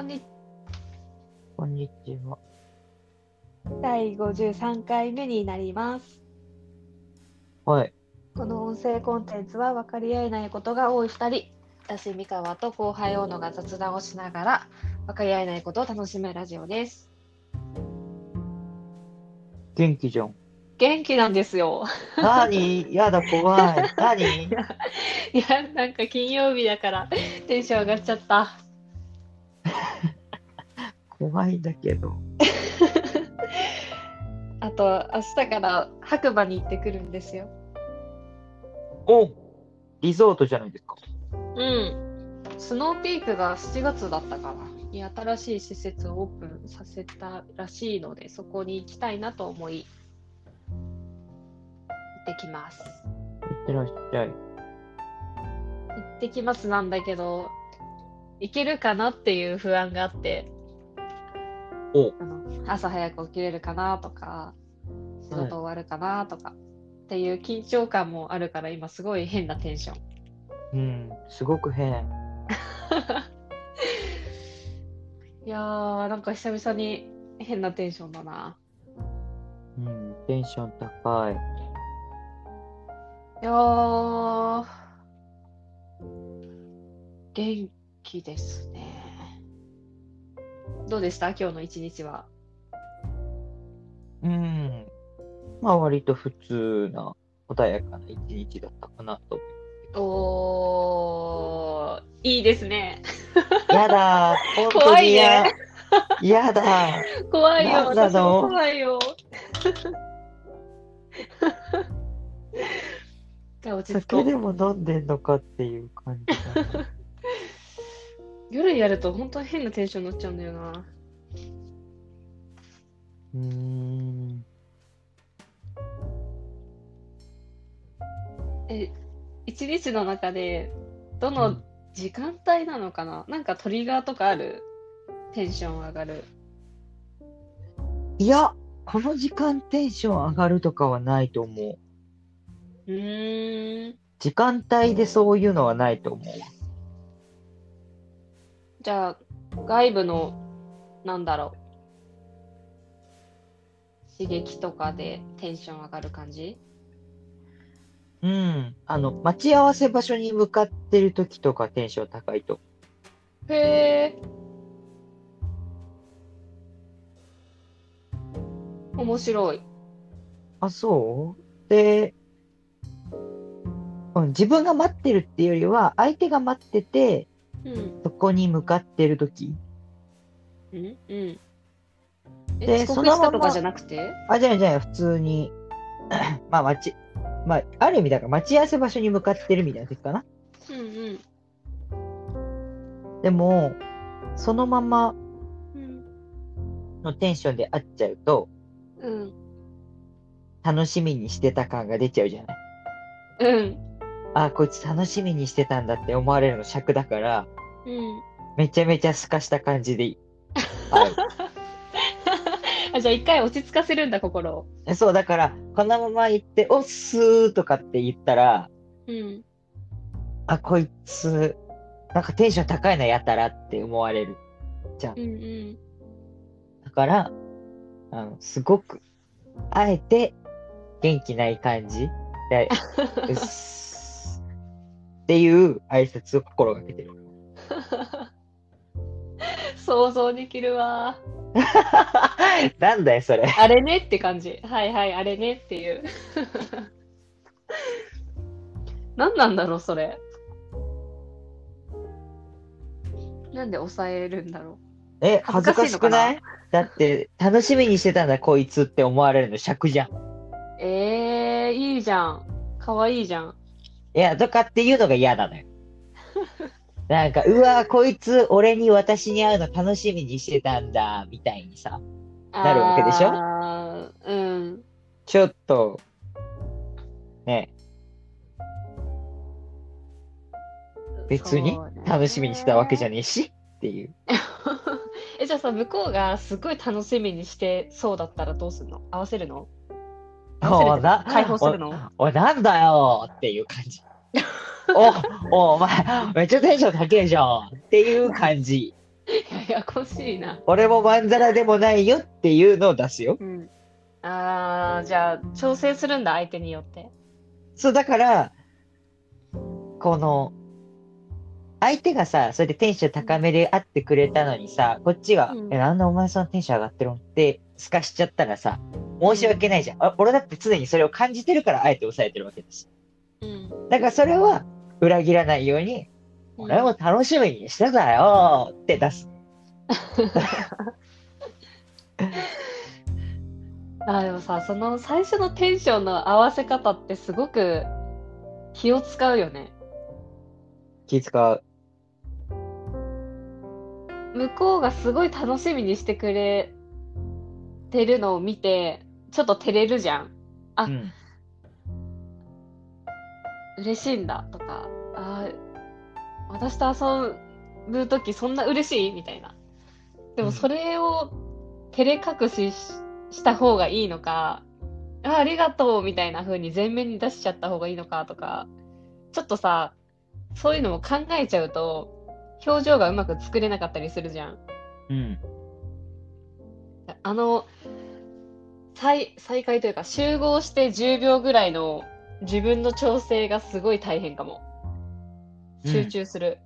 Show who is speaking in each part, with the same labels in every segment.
Speaker 1: んにち
Speaker 2: こんにちは。
Speaker 1: は。第53回目になります。
Speaker 2: はい。
Speaker 1: この音声コンテンツは分かり合えないことが多い2人、私、三河と後輩大野が雑談をしながら、分かり合えないことを楽しむラジオです。
Speaker 2: 元気じゃん。
Speaker 1: 元気なんですよ。
Speaker 2: なにやだ、怖い。なに
Speaker 1: いや、なんか金曜日だからテンション上がっちゃった。
Speaker 2: 怖いんだけど。
Speaker 1: あと、明日から白馬に行ってくるんですよ。
Speaker 2: おリゾートじゃないですか。
Speaker 1: うん。スノーピークが7月だったかな。に新しい施設をオープンさせたらしいので、そこに行きたいなと思い、行ってきます。
Speaker 2: いってらっしゃい。
Speaker 1: 行ってきますなんだけど、行けるかなっていう不安があって、
Speaker 2: お
Speaker 1: あの朝早く起きれるかなとか、仕
Speaker 2: はい
Speaker 1: 事終わるかなとか、っていう緊張感もあるから、今すごい変なテンション。
Speaker 2: うん、すごく変。
Speaker 1: いやー、なんか久々に変なテンションだな。
Speaker 2: うん、テンション高い。
Speaker 1: いやー、元気ですね。どうでした今日の一日は。
Speaker 2: うん。まあ、割と普通な、穏やかな一日だったかなと思い
Speaker 1: おー、いいですね。
Speaker 2: ます。やだ、本当
Speaker 1: 怖い
Speaker 2: に
Speaker 1: ね
Speaker 2: や。やだ。
Speaker 1: 怖いよ、
Speaker 2: なんだ
Speaker 1: 私も
Speaker 2: ろう
Speaker 1: 怖い よ。じゃあ落ち着こ
Speaker 2: 酒
Speaker 1: う。
Speaker 2: でも飲んでんのかっていう感じだな。
Speaker 1: 夜やると本当に変なテンションになっちゃうんだよな。
Speaker 2: うーん。
Speaker 1: え、一日の中で、ど
Speaker 2: う
Speaker 1: の
Speaker 2: ん
Speaker 1: 時間帯なのかな、なんかトリガーとかあるテンション上がる。
Speaker 2: いや、この時間テンション上がるとかはないと思う。
Speaker 1: うーん。
Speaker 2: 時間帯でそういうのはないと思う。
Speaker 1: じゃあ、外部の、なんだろう。刺激とかでテンション上がる感じ
Speaker 2: うん。あの、待ち合わせ場所に向かってる時とかテンション高いと。
Speaker 1: へえ。面白い。
Speaker 2: あ、そうで、うん、自分が待ってるっていうよりは、相手が待ってて、
Speaker 1: うん。
Speaker 2: そこに向かってる時。
Speaker 1: うんうん。
Speaker 2: で
Speaker 1: え、遅
Speaker 2: そ
Speaker 1: 刻
Speaker 2: のま
Speaker 1: し
Speaker 2: ま
Speaker 1: たとかじゃなくて
Speaker 2: あ、じゃあじゃあ普通に、 まあ待ち、まあ、ある意味だから待ち合わせ場所に向かってるみたいな時かな。
Speaker 1: うんうん
Speaker 2: でも、そのまま
Speaker 1: うん。
Speaker 2: のテンションで会っちゃうと、
Speaker 1: うん。
Speaker 2: 楽しみにしてた感が出ちゃうじゃない。
Speaker 1: うん。
Speaker 2: あ、こいつ楽しみにしてたんだって思われるの尺だから、
Speaker 1: うん。
Speaker 2: めちゃめちゃすかした感じでいい。は
Speaker 1: あじゃあ一回落ち着かせるんだ心を。
Speaker 2: い、そう、だから、このまま行って、おっすーとかって言ったら、
Speaker 1: うん。
Speaker 2: あ、こいつ、なんかテンション高いな、やたらって思われる。
Speaker 1: うんうん。
Speaker 2: だから、あの、すごく、あえて、元気ない感じで、うっすっていう挨拶を心がけてる。
Speaker 1: 想像できるわ。
Speaker 2: なんだよ、それ。
Speaker 1: あれねって感じ。はいはい、あれねっていう。 何なんだろう、それ。なんで抑えるんだろ
Speaker 2: え、
Speaker 1: 恥
Speaker 2: 恥
Speaker 1: ず
Speaker 2: ず
Speaker 1: か
Speaker 2: か
Speaker 1: しいの
Speaker 2: し
Speaker 1: か
Speaker 2: く
Speaker 1: な
Speaker 2: ないだって、楽しみにしてたんだ、こいつって思われるの尺じゃん。
Speaker 1: う。えー、いいじゃん。かわいいじゃん。
Speaker 2: いや、とかっていうのが嫌な のよ。なんか、うわこいつ、俺に私に会うの楽しみにしてたんだ、みたいにさ、なるわけでしょ
Speaker 1: あーうん。
Speaker 2: ちょっと、ね、別に
Speaker 1: そうね
Speaker 2: 楽しみにしてたわけじゃねえし、っていう。
Speaker 1: え、じゃあさ、向こうがすごい楽しみにしてそうだったらどうするの合わせるの合わせる
Speaker 2: な
Speaker 1: 解放するの
Speaker 2: お、おなんだよっていう感じ。お、お、お前、めっちゃテンション高いじゃんっていう感じ。
Speaker 1: ややこしいな。
Speaker 2: 俺もまんざらでもないよっていうのを出すよ。
Speaker 1: うん。あー、じゃあ、調整するんだ、相手によって。
Speaker 2: そう、だから、この、相手がさ、それでテンション高めで会ってくれたのにさ、こっちが、
Speaker 1: うん
Speaker 2: え、なんでお前そのテンション上がってるのって、すかしちゃったらさ、申し訳ないじゃん。あ俺だって常にそれを感じてるから、あえて抑えてるわけだし。
Speaker 1: うん。
Speaker 2: だからそれは、裏切らないように、俺も楽しみにしてたよーって出す。
Speaker 1: あーでもさその最初のテンションの合わせ方ってすごく気を使うよね
Speaker 2: 気使う。
Speaker 1: 向こうがすごい楽しみにしてくれてるのを見てちょっと照れるじゃんあ
Speaker 2: うん。
Speaker 1: 嬉しいんだとかあー私と遊ぶ時そんな嬉しいみたいなで
Speaker 2: う
Speaker 1: も
Speaker 2: ん
Speaker 1: それを照れ隠ししした方がいいのかあありがとうみたいな風に前面に出しちゃった方がいいのかとかちょっとさそういうのも考えちゃうと表情がうまく作れなかったりするじゃん
Speaker 2: うん。
Speaker 1: あの再再開というか集合して10秒ぐらいの自分の調整がすごい大変かも
Speaker 2: うん
Speaker 1: 集中する、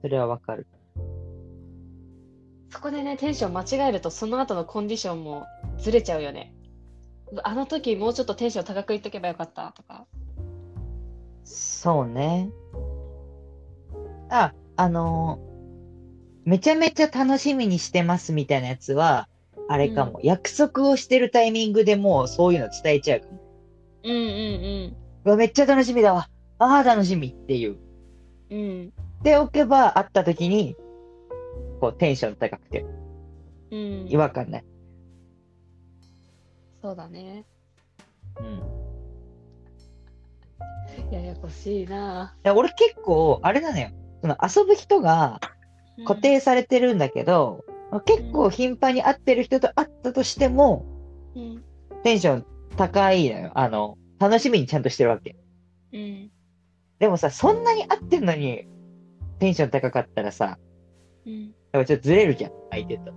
Speaker 2: それはわかる。
Speaker 1: そこでねテンション間違えるとその後のコンディションもずれちゃうよねうわあの時もうちょっとテンション高くいっとけばよかったとか
Speaker 2: そうね。あ、あのーめちゃめちゃ楽しみにしてますみたいなやつは、あれかも、約束をしてるタイミングでもうそういうの伝えちゃうかも。
Speaker 1: うんうん
Speaker 2: うわ、めっちゃ楽しみだわ。ああ、楽しみっていう。
Speaker 1: うんうん
Speaker 2: で、おけば、会った時に、こう、テンション高くて、
Speaker 1: うん
Speaker 2: 違和感ない。
Speaker 1: そうだね
Speaker 2: うん。
Speaker 1: ややこしいな
Speaker 2: で俺結構、あれなのよ。その遊ぶ人が固定されてるんだけど、結構頻繁に会ってる人と会ったとしても、
Speaker 1: うん
Speaker 2: テンション高いのよ。あの、楽しみにちゃんとしてるわけ。
Speaker 1: うん
Speaker 2: でもさ、そんなに合ってんのに、テンション高かったらさ、
Speaker 1: うん
Speaker 2: やっぱちょっとずれるじゃん、相手と。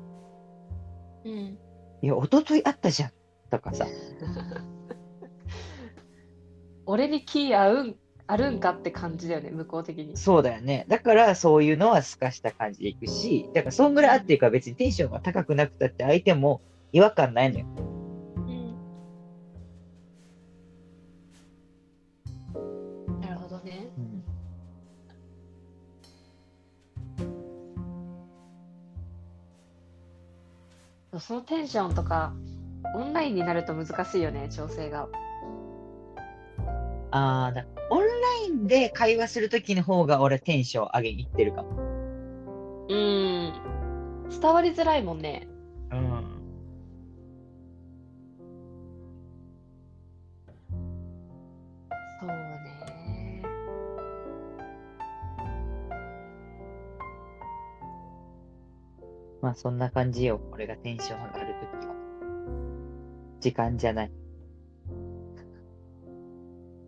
Speaker 1: うん
Speaker 2: いや、一昨日あったじゃん、とかさ。
Speaker 1: 俺に気合うんあるんかって感じだよね向こう的に
Speaker 2: そうだよね。だから、そういうのは透かした感じでいくし、だから、そんぐらい合ってるから別にテンションが高くなくたって相手も違和感ないのよ。
Speaker 1: なるほどね。
Speaker 2: うん、
Speaker 1: そのテンションとか、オンラインになると難しいよね、調整が。
Speaker 2: あーだオンラインで会話するときの方が俺テンション上げにいってるかも。
Speaker 1: うん。伝わりづらいもんね。
Speaker 2: うん。
Speaker 1: そうね。
Speaker 2: まあ、そんな感じよ。俺がテンション上がるときは。時間じゃない。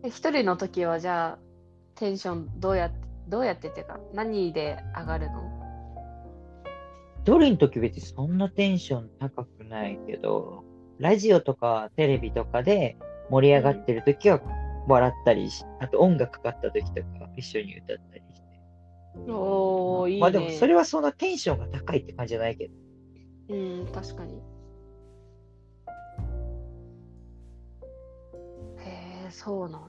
Speaker 1: え一人の時はじゃあ、テンションどうやって、どうやってっていうか、何で上がるの
Speaker 2: 一人の時別にそんなテンション高くないけど、ラジオとかテレビとかで盛り上がってる時は笑ったりし、あと音楽かかった時とか一緒に歌ったりして。
Speaker 1: おー、いいね。
Speaker 2: まあでもそれはそんなテンションが高いって感じじゃないけど。
Speaker 1: うん、確かに。へえ、そうなんだ。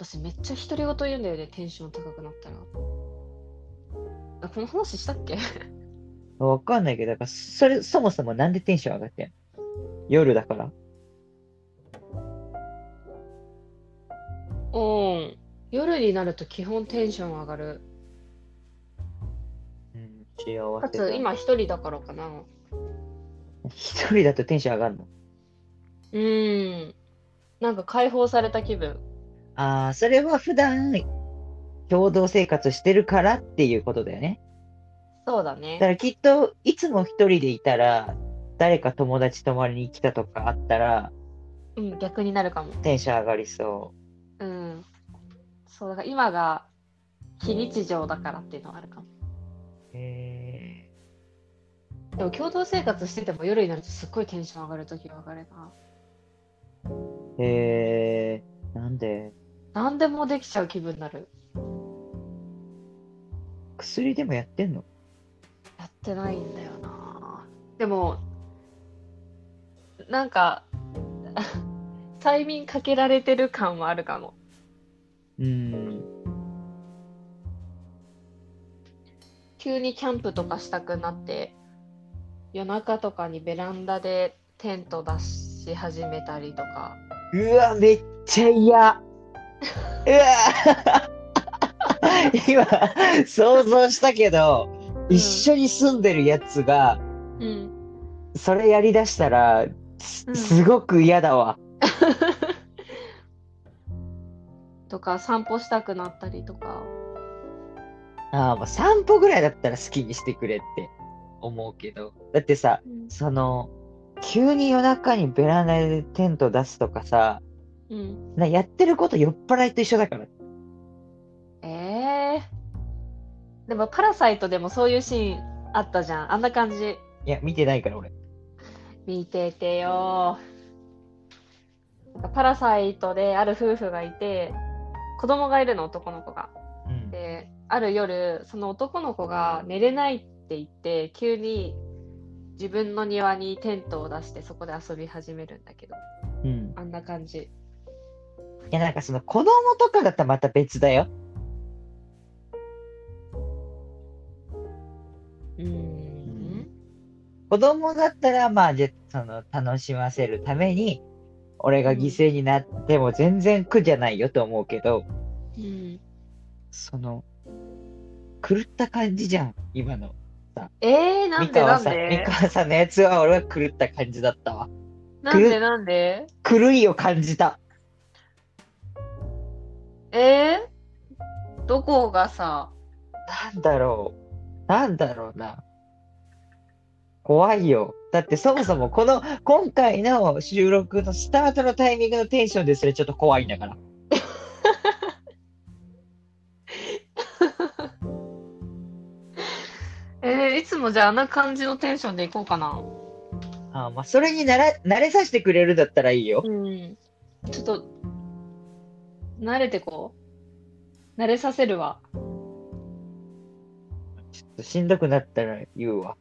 Speaker 1: 私めっちゃ独り言言うんだよね、テンション高くなったら。あこの話したっけ
Speaker 2: わかんないけど、だからそれそもそもなんでテンション上がってんの夜だから。
Speaker 1: うん。夜になると基本テンション上がる。
Speaker 2: うん、
Speaker 1: か
Speaker 2: 幸せだ
Speaker 1: つ今一人だからかな。
Speaker 2: 一人だとテンション上がるの
Speaker 1: うん。なんか解放された気分。
Speaker 2: ああ、それは普段、共同生活してるからっていうことだよね。
Speaker 1: そうだ
Speaker 2: だか
Speaker 1: ね。
Speaker 2: らきっと、いつも一人でいたら、誰か友達泊まりに来たとかあったら、
Speaker 1: うん、逆になるかも。
Speaker 2: テンション上がりそ
Speaker 1: うん。そう、だから今が非日常だからっていうのはあるかも。
Speaker 2: う。へ
Speaker 1: でも共同生活してても夜になるとすっごいテンション上がるときは上がるな。
Speaker 2: へえー、なんで
Speaker 1: 何でもできちゃう気分になる。
Speaker 2: 薬でもやってんの
Speaker 1: やってないんだよな。でも、なんか、 催眠かけられてる感はあるかも。
Speaker 2: うん。
Speaker 1: 急にキャンプとかしたくなって、夜中とかにベランダでテント出し始めたりとか。
Speaker 2: うわ、めっちゃ嫌。うわ 今、想像したけど、
Speaker 1: うん
Speaker 2: 一緒に住んでるやつが、
Speaker 1: うん。
Speaker 2: それやりだしたら、
Speaker 1: う
Speaker 2: す
Speaker 1: ん
Speaker 2: すごく嫌だわ。
Speaker 1: とか散歩したくなったりとか。
Speaker 2: ああ、まあ散歩ぐらいだったら好きにしてくれって思うけど。だってさ、
Speaker 1: うん。
Speaker 2: その、急に夜中にベランダでテント出すとかさ、
Speaker 1: うん、
Speaker 2: なやってること酔っ払いと一緒だから。
Speaker 1: ええでもパラサイトでもそういうシーンあったじゃん。あんな感じ。
Speaker 2: いや、見てないから俺。
Speaker 1: 見ててよなんかパラサイトである夫婦がいて子供がいるの男の子が
Speaker 2: うん。
Speaker 1: である夜その男の子が寝れないって言って急に自分の庭にテントを出してそこで遊び始めるんだけど
Speaker 2: うん、
Speaker 1: あんな感じ
Speaker 2: いや、なんかその子供とかだったらまた別だよ。
Speaker 1: うーん
Speaker 2: 子供だったら、まあ、じゃその、楽しませるために、俺が犠牲になっても全然苦じゃないよと思うけど、
Speaker 1: うん
Speaker 2: その、狂った感じじゃん、今の。
Speaker 1: えー、なん
Speaker 2: 三
Speaker 1: でな
Speaker 2: 河
Speaker 1: ん
Speaker 2: さん、三
Speaker 1: で
Speaker 2: 河さんのやつは俺は狂った感じだったわ。
Speaker 1: なんでなんで
Speaker 2: 狂いを感じた。
Speaker 1: えー、どこがさ
Speaker 2: なんだろう。なんだろうな。怖いよ。だってそもそもこの、今回の収録のスタートのタイミングのテンションですらちょっと怖いんだから。
Speaker 1: えー、いつもじゃああんな感じのテンションでいこうかな
Speaker 2: あーまあ、それになら、慣れさせてくれるんだったらいいよ。
Speaker 1: うん。ちょっと、慣れてこう。慣れさせるわ。
Speaker 2: ちょっとしんどくなったら言 うわ。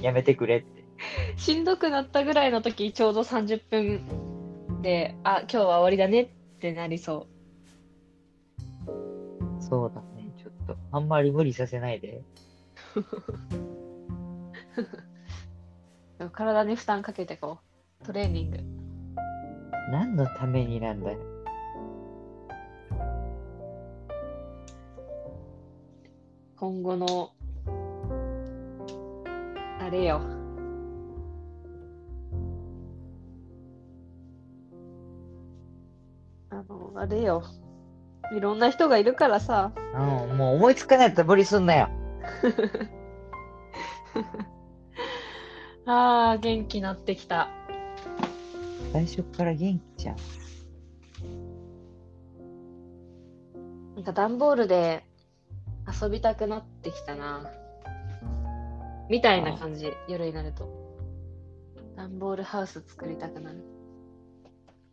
Speaker 2: やめてくれって。
Speaker 1: しんどくなったぐらいの時、ちょうど30分で、あ、今日は終わりだねってなりそ
Speaker 2: そうだね。ちょっと、あんまり無理させないで。
Speaker 1: う。でも体に負担かけてこう。トレーニング。
Speaker 2: 何のためになんだよ。
Speaker 1: 今後の、あれよ。あの、あれよ。いろんな人がいるからさ。
Speaker 2: うん、もう思いつかないと無理すんなよ。
Speaker 1: ああ、元気なってきた。
Speaker 2: 最初から元気じゃん。
Speaker 1: なんか段ボールで遊びたくなってきたな。みたいな感じ、夜になると。段ボールハウス作りたくなる。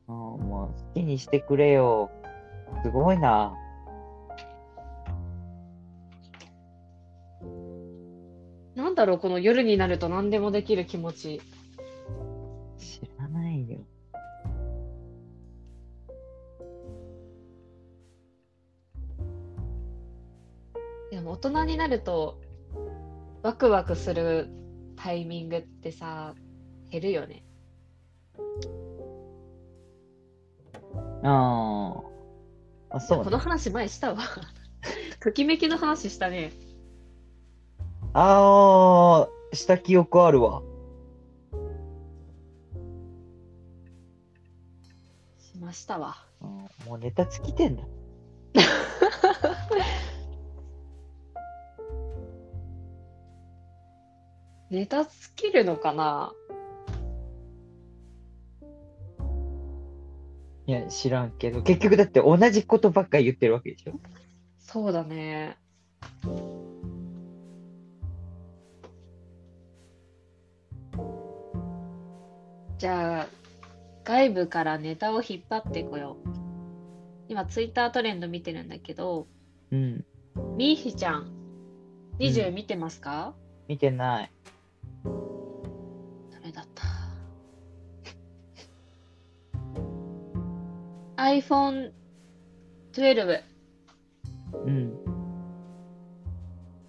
Speaker 2: うん、もう好きにしてくれよ。すごいな。
Speaker 1: なんだろう、この夜になると何でもできる気持ち。
Speaker 2: 知らないよ。
Speaker 1: でも大人になると、ワクワクするタイミングってさ、減るよね。
Speaker 2: うん。あ、そう
Speaker 1: こ
Speaker 2: ね
Speaker 1: の。話前したわ。 ときめきの話したね。
Speaker 2: ああ、した記憶あるわ。
Speaker 1: しましたわ。
Speaker 2: うん、もうネタ尽きてんだ。
Speaker 1: ネタ尽きるのかない
Speaker 2: や、知らんけど。結局だって同じことばっかり言ってるわけでしょ。
Speaker 1: そうだね。じゃあ、外部からネタを引っ張ってこよう。今、ツイッタートレンド見てるんだけど、
Speaker 2: うん。
Speaker 1: みーひちゃん、20見てますか、
Speaker 2: 見てない。
Speaker 1: ダメだった。iPhone12
Speaker 2: うん。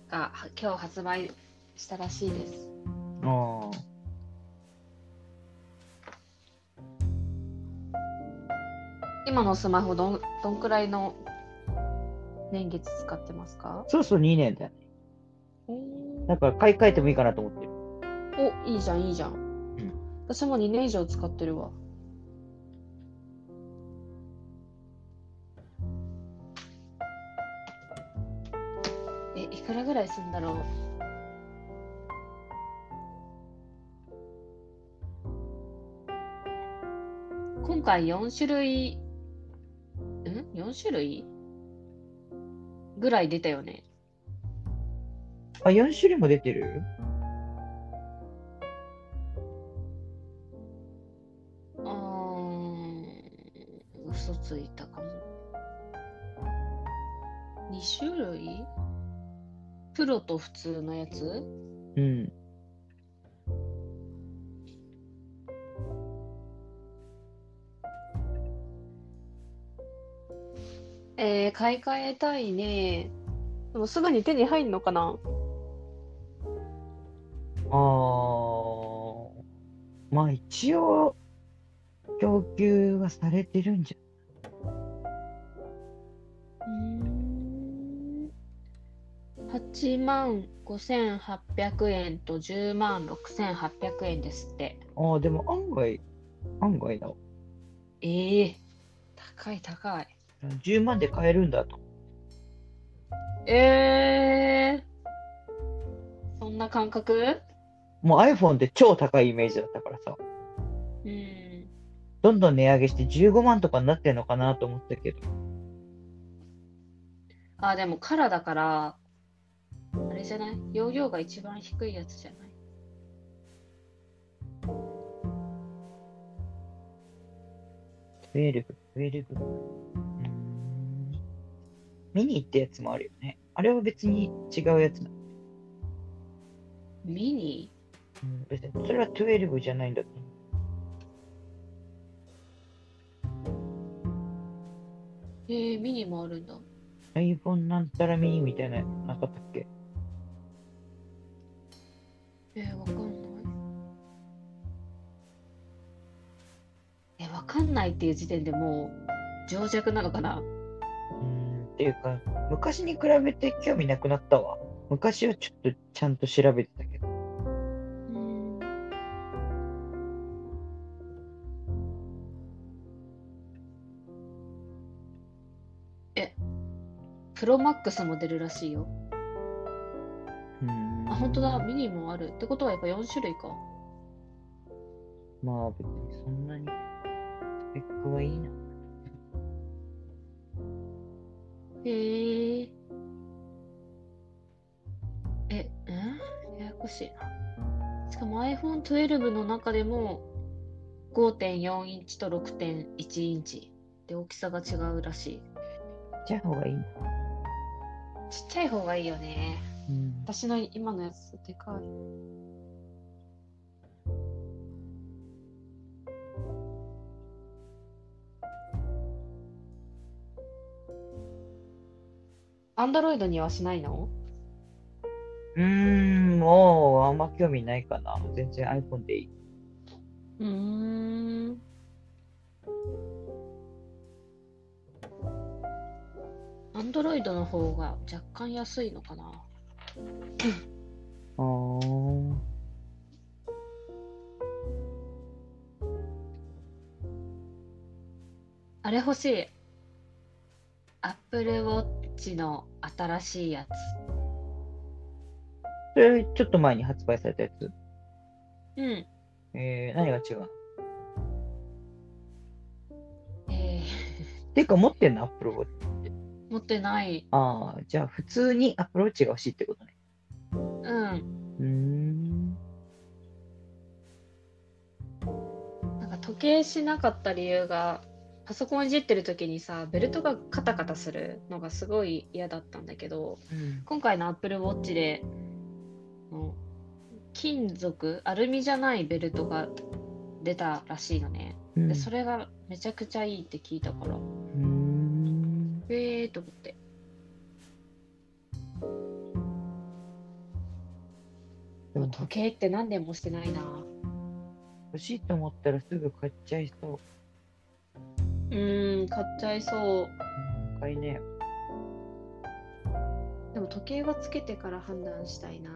Speaker 1: がは今日発売したらしいです。
Speaker 2: ああ。
Speaker 1: 今のスマホどん、どんくらいの年月使ってますか
Speaker 2: そろそろ2年だよね。
Speaker 1: お
Speaker 2: だから買い替えてもいいかなと思ってる。
Speaker 1: いいじゃん、いいじゃん。
Speaker 2: ん
Speaker 1: 私も2年以上使ってるわ。え、いくらぐらいするんだろう今回4種類、ん ?4 種類ぐらい出たよね。
Speaker 2: あ、4種類も出てる
Speaker 1: うーん、嘘ついたかも。2種類プロと普通のやつ
Speaker 2: うん。
Speaker 1: えー、買い替えたいね。でもすぐに手に入んのかな
Speaker 2: ああ。まあ一応、供給はされてるんじ
Speaker 1: 8万5800円と10万6800円ですって。
Speaker 2: ゃん。ああ、でも案外、案外だわ。
Speaker 1: ええ高い高い。
Speaker 2: 10万で買えるんだと。
Speaker 1: ええそんな感覚
Speaker 2: もう iPhone って超高いイメージだったからさ。
Speaker 1: うん。
Speaker 2: どんどん値上げして15万とかになってるのかなと思ったけど。
Speaker 1: あ、でもカラだから、あれじゃない容量が一番低いやつじゃない
Speaker 2: 12、12。うーんミニってやつもあるよね。あれは別に違うやつだ。
Speaker 1: ミニ
Speaker 2: うん、別にそれは12じゃないんだと思う。
Speaker 1: えー、ミニもあるんだ。
Speaker 2: iPhone なんたらミニみたいなのなかったっけ
Speaker 1: えー、わかんない。え、わかんないっていう時点でもう、情弱なのかな
Speaker 2: うん、っていうか、昔に比べて興味なくなったわ。昔はちょっとちゃんと調べてたけど。
Speaker 1: うん。え、プロマックスも出るらしいよ。
Speaker 2: うん
Speaker 1: あ、本当だ、ミニもある。ってことはやっぱ4種類か。
Speaker 2: まあ別にそんなに、スペックはいいな。
Speaker 1: へえ。え、うんややこしいな。しかも iPhone12 の中でも5.4インチと6.1インチで大きさが違うらしい。
Speaker 2: じゃあ方がいいな。
Speaker 1: ちっちゃい方がいいよね。
Speaker 2: うん
Speaker 1: 私の今のやつでかい。アンドロイドにはしないの
Speaker 2: うーん、もうあんま興味ないかな。全然 iPhone でいい。
Speaker 1: うーん。アンドロイドの方が若干安いのかな。
Speaker 2: あー
Speaker 1: あれ欲しい。アップルウォッチの新しいやつ。
Speaker 2: それちょっと前に発売されたやつ。
Speaker 1: うん。
Speaker 2: えー、何が違うの
Speaker 1: え
Speaker 2: ていうか持ってんの ?Apple Watch。
Speaker 1: ー、持ってない。
Speaker 2: ああ、じゃあ普通に Apple Watch が欲しいってことね。
Speaker 1: うん。
Speaker 2: うーん。
Speaker 1: 時計しなかった理由がパソコンいじってる時にさベルトがカタカタするのがすごい嫌だったんだけど今回の Apple Watch であの金属アルミじゃないベルトが出たらしいのね、
Speaker 2: うん
Speaker 1: でそれがめちゃくちゃいいって聞いたから
Speaker 2: うん
Speaker 1: ええー、と思って
Speaker 2: でも
Speaker 1: 時計って何年もしてないな
Speaker 2: 欲しいと思ったらすぐ買っちゃいそ
Speaker 1: う
Speaker 2: う
Speaker 1: ーん買っちゃいそう
Speaker 2: 買いね
Speaker 1: でも時計はつけてから判断したいな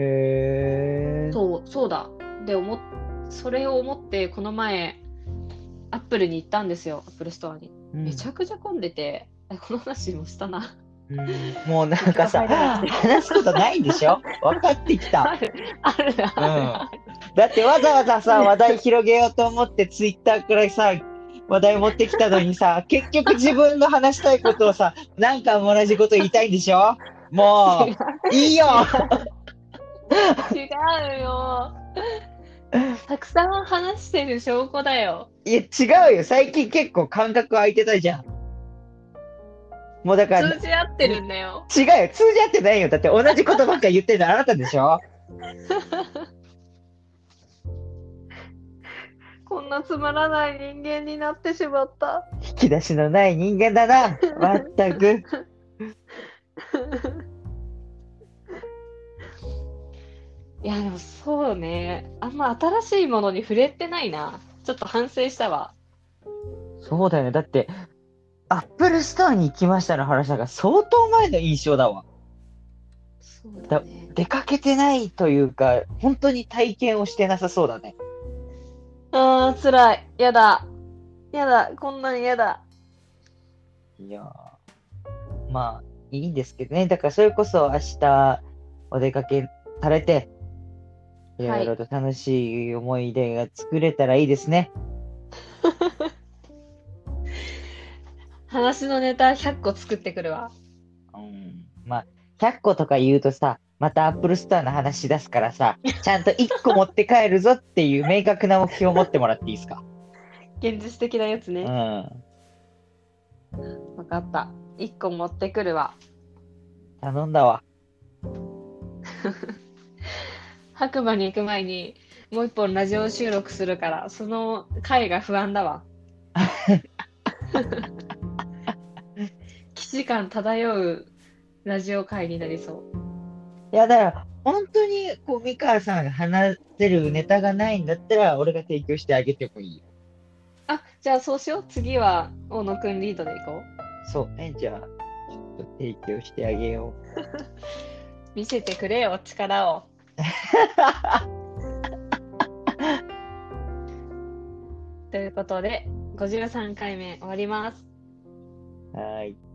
Speaker 2: へえー、
Speaker 1: そうそうだで思っそれを思ってこの前アップルに行ったんですよアップルストアに
Speaker 2: うん
Speaker 1: めちゃくちゃ混んでて、あこの話もしたな
Speaker 2: うんもうなんか さ
Speaker 1: お腹が痛い
Speaker 2: 話すことないんでしょ分かってきた
Speaker 1: あるあるある、
Speaker 2: だってわざわざさ、話題広げようと思って、ツイッターくらいさ、話題持ってきたのに さ、結局自分の話したいことをさ、何回も同じこと言いたいんでしょも
Speaker 1: 違
Speaker 2: う、いいよ
Speaker 1: う違うよたくさん話してる証拠だよ
Speaker 2: いや、違うよ。最近結構感覚空いてたじゃん。もうだから、違うよ
Speaker 1: 通。じ合ってるんだよ
Speaker 2: 通じ合ってないよ。だって同じことばっか言ってるのあなたでしょ
Speaker 1: こんなつまらない人間になってしまった
Speaker 2: 引き出しのない人間だな。まったく。
Speaker 1: いやでもそうねあんま新しいものに触れてないなちょっと反省したわ
Speaker 2: そうだよね。だって、アップルストアに行きましたの話だから相当前の印象だわ。
Speaker 1: そう
Speaker 2: だ
Speaker 1: ね
Speaker 2: 出かけてないというか、本当に体験をしてなさそうだね。
Speaker 1: あーつらいやだやだこんなんやだ
Speaker 2: いやーまあ、いいんですけどね。だから、それこそ明日、お出かけされて、いろいろと楽しい思い出が作れたらいいですね。
Speaker 1: 話のネタ100個作ってくるわ
Speaker 2: うん。まあ、100個とか言うとさ、またアップルストアの話し出すからさ、ちゃんと1個持って帰るぞっていう明確な目標を持ってもらっていいですか。
Speaker 1: 現実的なやつ
Speaker 2: う
Speaker 1: ね
Speaker 2: ん。
Speaker 1: 分かった1個持ってくるわ
Speaker 2: 頼んだわ。
Speaker 1: 白馬に行く前にもう一本ラジオ収録するからその回が不安だわ既視感漂うラジオ回になりそう
Speaker 2: いや、だから、本当に、こう、美川さんが話せるネタがないんだったら、俺が提供してあげてもいいよ。
Speaker 1: あじゃあそうしよう次は大野くんリードでいこう
Speaker 2: そうね、じゃあ、ちょっと提供してあげよう。
Speaker 1: 見せてくれよ力をということで53回目終わります
Speaker 2: はーい。